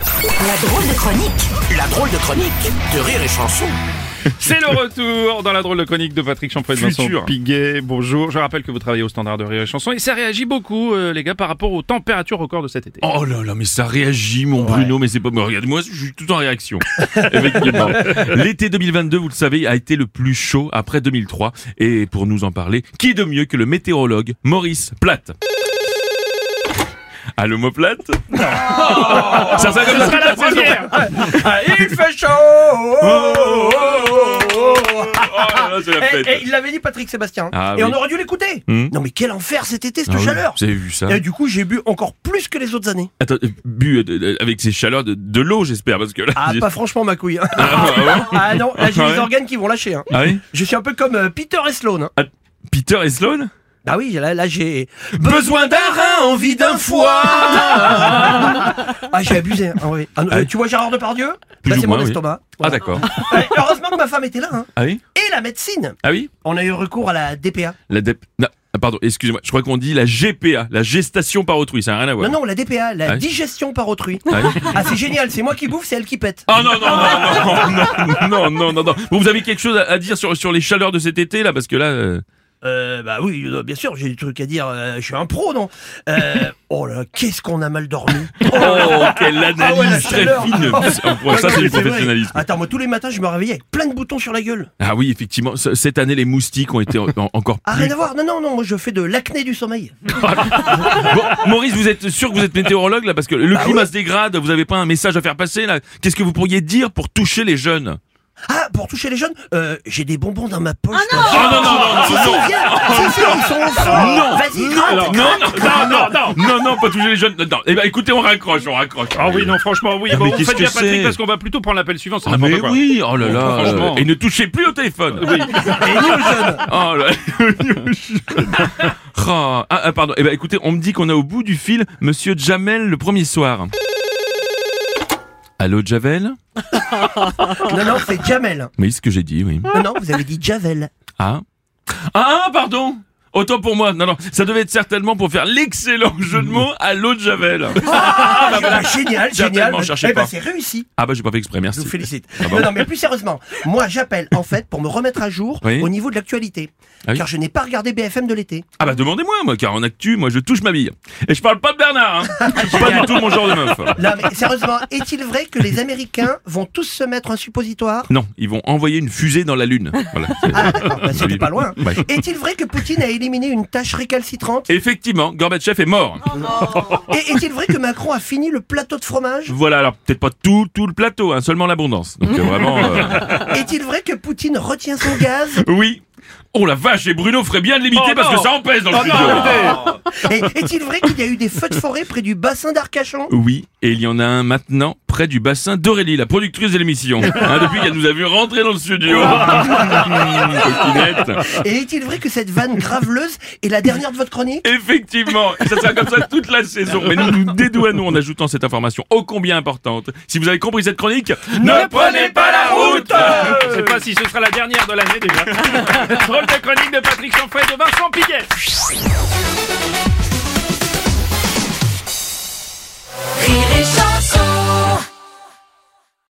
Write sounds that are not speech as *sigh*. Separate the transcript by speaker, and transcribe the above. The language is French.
Speaker 1: La drôle de chronique
Speaker 2: La drôle de chronique de Rire et Chanson.
Speaker 3: C'est le retour dans la drôle de chronique de Patrick Champré de Vincent
Speaker 4: Futur.
Speaker 3: Piguet. Bonjour. Je rappelle que vous travaillez au standard de rire et chanson et ça réagit beaucoup, euh, les gars, par rapport aux températures records de cet été.
Speaker 4: Oh là là, mais ça réagit, mon Bruno, mais c'est pas. mais Regarde-moi, je suis tout en réaction. *laughs* Effectivement. L'été 2022, vous le savez, a été le plus chaud après 2003. Et pour nous en parler, qui de mieux que le météorologue Maurice Platt Allô, mot *laughs* plate Ça sera comme ça.
Speaker 3: la première
Speaker 5: Ah,
Speaker 4: Ah,
Speaker 5: Il fait chaud
Speaker 4: Oh là là, c'est la
Speaker 5: Et, et
Speaker 4: fête.
Speaker 5: Eh, il l'avait dit Patrick Sébastien.
Speaker 4: Ah
Speaker 5: et
Speaker 4: oui.
Speaker 5: on aurait dû l'écouter.
Speaker 4: Hmm.
Speaker 5: Non mais quel enfer cet été, cette
Speaker 4: Ah oui,
Speaker 5: chaleur.
Speaker 4: Vous avez vu ça
Speaker 5: Et du coup, j'ai bu encore plus que les autres années.
Speaker 4: Attends, euh, bu euh, de- de- avec ces chaleurs de, de l'eau, j'espère, parce que là.
Speaker 5: Ah,
Speaker 4: j'ai-
Speaker 5: pas franchement ma couille. hein.
Speaker 4: Ah, ah ouais
Speaker 5: *laughs* Ah non, là j'ai
Speaker 4: Ah
Speaker 5: les
Speaker 4: ouais
Speaker 5: organes qui vont lâcher. hein.
Speaker 4: Ah oui
Speaker 5: Je suis un peu comme euh, Peter et Sloan. hein.
Speaker 4: Peter et Sloan
Speaker 5: Ah oui, là, là j'ai besoin d'un rein, envie
Speaker 4: *laughs*
Speaker 5: d'un foie. ah j'ai abusé. hein, ah oui. Ah non,
Speaker 4: Ah oui.
Speaker 5: tu vois Gérard Depardieu
Speaker 4: Plus
Speaker 5: Là
Speaker 4: ou
Speaker 5: c'est mon
Speaker 4: moins, oui.
Speaker 5: estomac. *laughs*
Speaker 4: Ah d'accord.
Speaker 5: Ouais, heureusement que ma femme était là. hein.
Speaker 4: Ah oui
Speaker 5: Et la médecine.
Speaker 4: Ah oui
Speaker 5: On a eu recours à la DPA.
Speaker 4: La dep... non, ah, pardon, excusez-moi, je crois qu'on dit la GPA, la gestation par autrui, ça n'a rien à voir.
Speaker 5: Non, non, la DPA, la
Speaker 4: Ah oui.
Speaker 5: digestion
Speaker 4: *laughs*
Speaker 5: par autrui.
Speaker 4: Ah oui
Speaker 5: Ah, c'est génial, c'est moi qui bouffe, c'est elle qui pète.
Speaker 4: Ah non, non, non, non, non, non, non, non. Bon, vous avez quelque chose à à dire sur, sur les chaleurs de cet été, là, parce que là... euh,
Speaker 5: Euh, bah oui, euh, bien sûr, j'ai des trucs à dire, euh, je suis un pro, non *laughs* Euh, Oh là, qu'est-ce qu'on a mal *laughs* dormi
Speaker 4: Oh, quelle
Speaker 5: Ah ouais, la
Speaker 4: analyse très
Speaker 5: chaleur. *laughs*
Speaker 4: fine Ah, bon, Ça, c'est du
Speaker 5: vrai. Ah.
Speaker 4: professionnalisme.
Speaker 5: Attends, moi tous les matins, je me réveillais avec plein de boutons sur la gueule.
Speaker 4: Ah oui, effectivement, ce- cette année, les moustiques ont été en- en- encore
Speaker 5: Ah,
Speaker 4: plus...
Speaker 5: rien à voir, non, non, non, moi je fais de l'acné du sommeil.
Speaker 4: Bon, Maurice, vous êtes sûr que vous êtes météorologue, là, parce que le climat se dégrade, vous avez pas un message à faire passer, là Qu'est-ce que vous pourriez dire pour toucher les jeunes
Speaker 5: Ah, pour toucher les jeunes, euh, j'ai des bonbons dans ma poche. Ah
Speaker 4: Oh non, non, non,
Speaker 5: Si,
Speaker 4: non,
Speaker 5: si,
Speaker 4: non Ah,
Speaker 5: viens, si, si, ils sont au fond.
Speaker 4: Non.
Speaker 5: Vas-y,
Speaker 4: Non,
Speaker 5: gratte,
Speaker 4: non, non, non, non, non, non, pas toucher les jeunes. Non, non. Eh ben, écoutez, on raccroche, on raccroche.
Speaker 3: Ah oui, non, franchement, oui.
Speaker 4: Ah,
Speaker 3: Bon,
Speaker 4: mais
Speaker 3: on
Speaker 4: qu'est-ce
Speaker 3: fait bien
Speaker 4: que
Speaker 3: Patrick
Speaker 4: c'est
Speaker 3: parce qu'on va plutôt prendre l'appel suivant, c'est
Speaker 4: Ah, mais
Speaker 3: n'importe quoi.
Speaker 4: oui, oh là là.
Speaker 3: Franchement.
Speaker 4: Et ne touchez plus au téléphone. Oh là. Oh, *laughs* ah, ah, pardon. Eh ben, écoutez, on me dit qu'on a au bout du fil Monsieur Jamel le premier soir. Allô, Javel
Speaker 5: Non, non, c'est Jamel.
Speaker 4: Oui, ce que j'ai dit, oui.
Speaker 5: Non, non, vous avez dit Javel.
Speaker 4: Ah. Ah, pardon Autant pour moi. Non, non, ça devait être certainement pour faire l'excellent jeu de mots Allô, Javel.
Speaker 5: Ah, bah, voilà, génial,
Speaker 4: Javel,
Speaker 5: génial.
Speaker 4: m'en cherchez
Speaker 5: Eh ben,
Speaker 4: pas.
Speaker 5: c'est réussi.
Speaker 4: Ah bah, j'ai pas fait exprès,
Speaker 5: Je
Speaker 4: merci.
Speaker 5: vous félicite.
Speaker 4: Ah bon
Speaker 5: non, non, mais plus sérieusement, moi j'appelle en fait pour me remettre à jour
Speaker 4: Oui.
Speaker 5: au niveau de l'actualité.
Speaker 4: Ah oui.
Speaker 5: Car je n'ai pas regardé BFM de l'été.
Speaker 4: Ah bah demandez-moi, moi, car en actu, moi je touche ma bille. Et je parle pas de Bernard, *laughs* hein. C'est pas du tout mon genre de meuf.
Speaker 5: Non,
Speaker 4: *laughs*
Speaker 5: mais sérieusement, est-il vrai que les Américains vont tous se mettre un suppositoire
Speaker 4: Non, ils vont envoyer une fusée dans la Lune. Voilà. c'est-
Speaker 5: Ah, d'accord, bah, c'était pas loin.
Speaker 4: Ouais.
Speaker 5: Est-il vrai que Poutine a éliminé une tâche récalcitrante
Speaker 4: Effectivement, Gorbatchev est mort.
Speaker 5: Et est-il vrai que Macron a fini le plateau de fromage
Speaker 4: Voilà, alors peut-être pas tout, tout le plateau, hein, seulement l'abondance. Donc euh, vraiment... euh,
Speaker 5: Est-il vrai que Poutine retient son gaz
Speaker 4: Oui. Oh la vache, et Bruno ferait bien de l'imiter
Speaker 3: Oh,
Speaker 4: parce
Speaker 3: non.
Speaker 4: que ça en pèse dans le
Speaker 3: Oh, non,
Speaker 4: studio.
Speaker 3: arrêtez.
Speaker 5: Et est-il vrai qu'il y a eu des feux de forêt près du bassin d'Arcachon
Speaker 4: Oui, et il y en a un maintenant près du bassin d'Aurélie, la productrice de l'émission. Hein, depuis qu'elle nous a vu rentrer dans le studio. Hum, *laughs* coquinette.
Speaker 5: Et est-il vrai que cette vanne graveleuse est la dernière de votre chronique
Speaker 4: Effectivement, et ça sera comme ça toute la saison. Mais nous nous dédouanons en ajoutant cette information ô combien importante. Si vous avez compris cette chronique, ne prenez pas la route
Speaker 3: Je sais pas si ce sera la dernière de l'année déjà. *laughs* drôle de chronique de Patrick Champré de Vincent Piguet.
Speaker 1: Rire et chanson